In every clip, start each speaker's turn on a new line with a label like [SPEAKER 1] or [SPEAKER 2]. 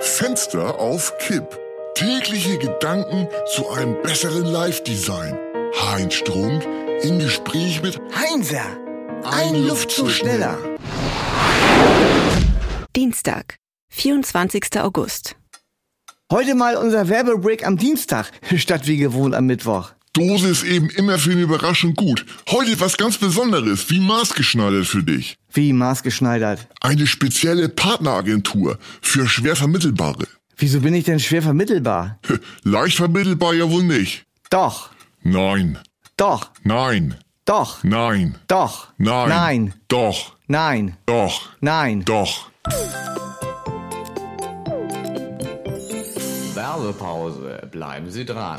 [SPEAKER 1] Fenster auf Kipp. Tägliche Gedanken zu einem besseren Live-Design. Heinz Strunk im Gespräch mit
[SPEAKER 2] Heinser,
[SPEAKER 1] Ein Luftzug schneller.
[SPEAKER 3] Dienstag, 24. August.
[SPEAKER 2] Heute mal unser Werbebreak am Dienstag, statt wie gewohnt am Mittwoch.
[SPEAKER 1] Dose ist eben immer für eine Überraschung gut. Heute was ganz Besonderes, wie maßgeschneidert für dich.
[SPEAKER 2] Wie maßgeschneidert.
[SPEAKER 1] Eine spezielle Partneragentur für schwer vermittelbare.
[SPEAKER 2] Wieso bin ich denn schwer vermittelbar?
[SPEAKER 1] Leicht vermittelbar ja wohl nicht.
[SPEAKER 2] Doch,
[SPEAKER 1] Nein,
[SPEAKER 2] doch,
[SPEAKER 1] nein,
[SPEAKER 2] doch,
[SPEAKER 1] nein,
[SPEAKER 2] doch,
[SPEAKER 1] nein.
[SPEAKER 2] nein,
[SPEAKER 1] Doch,
[SPEAKER 2] nein,
[SPEAKER 1] doch,
[SPEAKER 2] nein.
[SPEAKER 1] doch.
[SPEAKER 4] Werbepause. Bleiben Sie dran.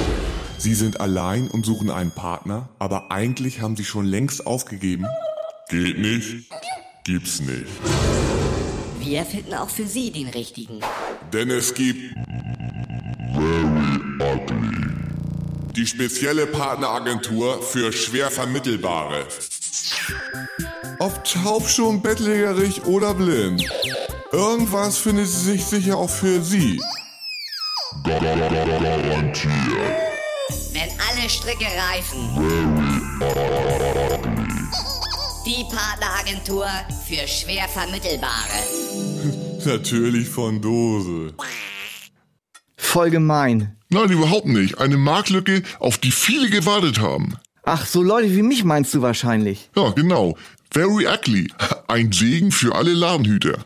[SPEAKER 5] Sie sind allein und suchen einen Partner, aber eigentlich haben sie schon längst aufgegeben.
[SPEAKER 1] Geht nicht, gibt's nicht.
[SPEAKER 6] Wir finden auch für Sie den richtigen.
[SPEAKER 1] Denn es gibt
[SPEAKER 5] Die spezielle Partneragentur für schwer Vermittelbare. Ob taub schon, bettlägerig oder blind. Irgendwas findet sie sich sicher auch für sie.
[SPEAKER 6] Wenn alle Stricke reifen. Die Partneragentur für schwer Vermittelbare.
[SPEAKER 5] Natürlich von Dose.
[SPEAKER 2] Voll gemein.
[SPEAKER 1] Nein, überhaupt nicht. Eine Marktlücke, auf die viele gewartet haben.
[SPEAKER 2] Ach, so Leute wie mich meinst du wahrscheinlich.
[SPEAKER 1] Ja, genau. Very ugly. Ein Segen für alle Ladenhüter.